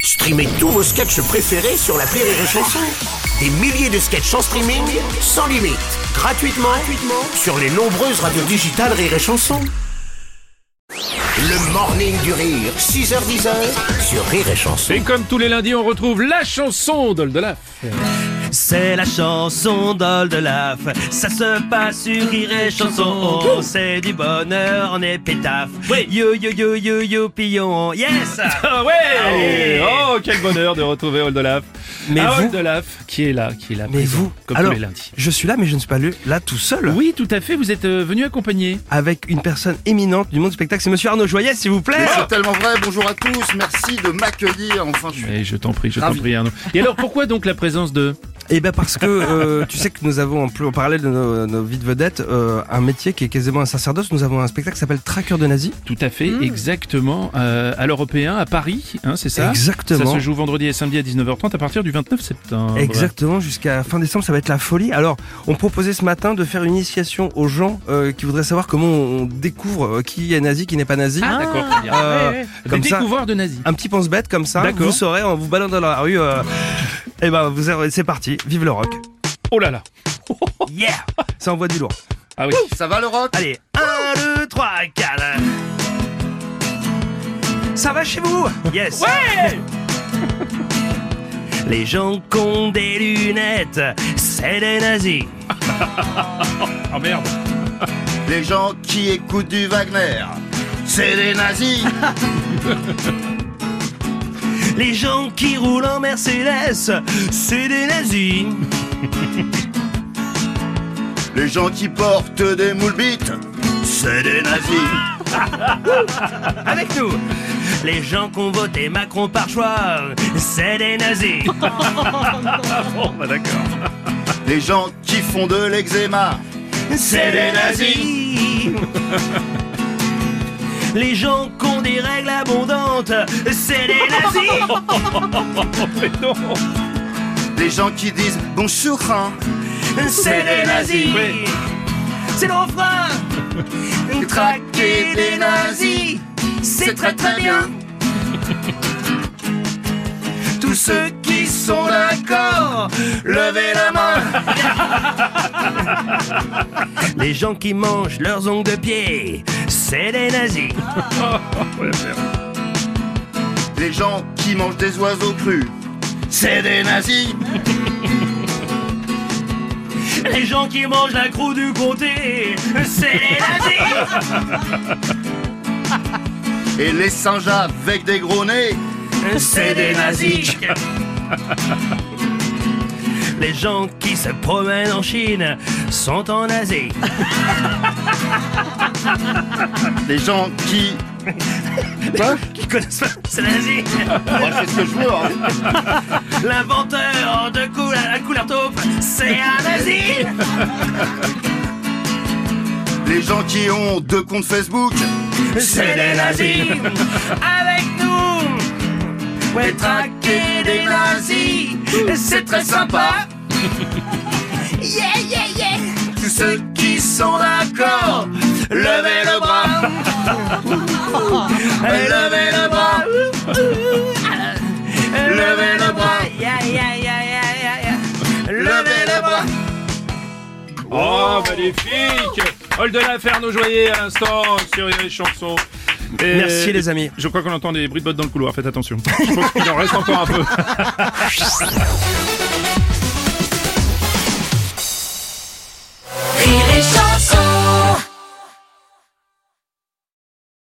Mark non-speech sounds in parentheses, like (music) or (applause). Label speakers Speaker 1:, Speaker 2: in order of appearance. Speaker 1: Streamez tous vos sketchs préférés sur la Rire et Chanson. Des milliers de sketchs en streaming, sans limite, gratuitement, gratuitement sur les nombreuses radios digitales Rire et Chanson. Le morning du rire, 6h10 sur Rire et Chanson.
Speaker 2: Et comme tous les lundis, on retrouve la chanson d'Oldelaf.
Speaker 3: C'est la chanson d'Oldelaf, ça se passe sur Rire et Chanson, c'est du bonheur en épitaphe.
Speaker 2: Oui.
Speaker 3: Yo yo yo yo yo pion, yes
Speaker 2: Ah ouais
Speaker 3: Allez
Speaker 2: Oh, quel bonheur de retrouver Oldelaf.
Speaker 3: Mais
Speaker 2: Ah,
Speaker 3: vous-
Speaker 2: Oldelaf, qui est là, qui est là.
Speaker 3: Mais
Speaker 2: présent,
Speaker 3: vous,
Speaker 2: Comme
Speaker 3: alors,
Speaker 2: tous les lundis.
Speaker 3: je suis là mais je ne suis pas le- là tout seul,
Speaker 2: Oui, tout à fait, vous êtes euh, venu accompagner.
Speaker 3: avec une personne éminente du monde du spectacle, c'est monsieur Arnaud Joyet s'il vous plaît
Speaker 4: Mais c'est tellement vrai, bonjour à tous, merci de m'accueillir, enfin je suis...
Speaker 2: Et Eh, je t'en prie, je t'en
Speaker 4: Ravi.
Speaker 2: prie, Arnaud. Et alors, pourquoi donc la présence de...
Speaker 3: Eh bien parce que euh, tu sais que nous avons en, plus, en parallèle de nos, nos vies de vedettes, euh, un métier qui est quasiment un sacerdoce, nous avons un spectacle qui s'appelle Traqueur de nazis.
Speaker 2: Tout à fait, exactement, euh, à l'européen, à Paris, hein, c'est ça
Speaker 3: Exactement.
Speaker 2: Ça se joue vendredi et samedi à 19h30 à partir du 29 septembre.
Speaker 3: Exactement, jusqu'à fin décembre, ça va être la folie. Alors, on proposait ce matin de faire une initiation aux gens euh, qui voudraient savoir comment on découvre euh, qui est nazi, qui n'est pas nazi.
Speaker 2: Ah, d'accord, très bien.
Speaker 3: Euh,
Speaker 2: Des
Speaker 3: comme ça,
Speaker 2: découvreurs de nazis.
Speaker 3: un petit pense-bête comme ça,
Speaker 2: D'accord.
Speaker 3: vous saurez en vous baladant dans la
Speaker 2: (laughs)
Speaker 3: rue. euh, eh ben, vous aurez- c'est parti, vive le rock.
Speaker 2: Oh là là. Oh.
Speaker 3: Yeah Ça envoie du lourd.
Speaker 2: Ah oui.
Speaker 4: Ça va le rock
Speaker 3: Allez, 1, 2, 3, 4. Ça va chez vous Yes Ouais (laughs) Les gens qui ont des lunettes, c'est des nazis.
Speaker 2: Ah merde.
Speaker 4: Les gens qui écoutent du Wagner, c'est des (laughs) nazis
Speaker 3: Les gens qui roulent en Mercedes, c'est des nazis.
Speaker 4: Les gens qui portent des moules bites, c'est des nazis
Speaker 3: Avec nous. Les gens qui ont voté Macron par choix, c'est des nazis.
Speaker 2: Bon, bah d'accord.
Speaker 4: Les gens qui font de l'eczéma, (laughs) c'est des nazis
Speaker 3: Les gens qui ont des règles abondantes, c'est des
Speaker 4: (laughs)
Speaker 3: nazis.
Speaker 2: Mais non.
Speaker 4: Les gens qui disent bonjour hein,
Speaker 3: C'est des nazis.
Speaker 2: Oui.
Speaker 3: C'est le refrain. (laughs) Traquer des nazis, c'est très très bien. (laughs) Tous ceux qui sont d'accord, levez la
Speaker 4: (laughs)
Speaker 3: main. Les gens qui mangent leurs ongles de pied, c'est des nazis.
Speaker 4: Les gens qui mangent des oiseaux crus, c'est des nazis
Speaker 3: Les gens qui mangent la croûte du comté, c'est des (laughs) nazis.
Speaker 4: Et les singes avec des gros nez,
Speaker 3: C'est des nazis. (laughs) Les gens qui se promènent en Chine sont en Asie.
Speaker 4: les gens qui... Quoi
Speaker 3: Qui connaissent pas C'est nazi.
Speaker 4: Moi je fais ce que je veux hein.
Speaker 3: L'inventeur de couleur, la couleur taupe, c'est un (laughs) nazi.
Speaker 4: (laughs) Les gens qui ont deux comptes Facebook,
Speaker 3: C'est des nazis. Avec nous. Ouais, traquer des nazis, c'est très sympa. Yeah, yeah, yeah.
Speaker 4: tous ceux
Speaker 3: qui sont d'accord, levez le (laughs) bras. levez le bras. Levez le bras. Levez le bras.
Speaker 2: Oh, magnifique Hold de la Arnaud Joyer à l'instant sur les chansons. Et
Speaker 3: Merci, les amis.
Speaker 2: Je crois qu'on entend des bruits de bottes dans le couloir, faites attention. Je pense qu'il en reste encore un peu.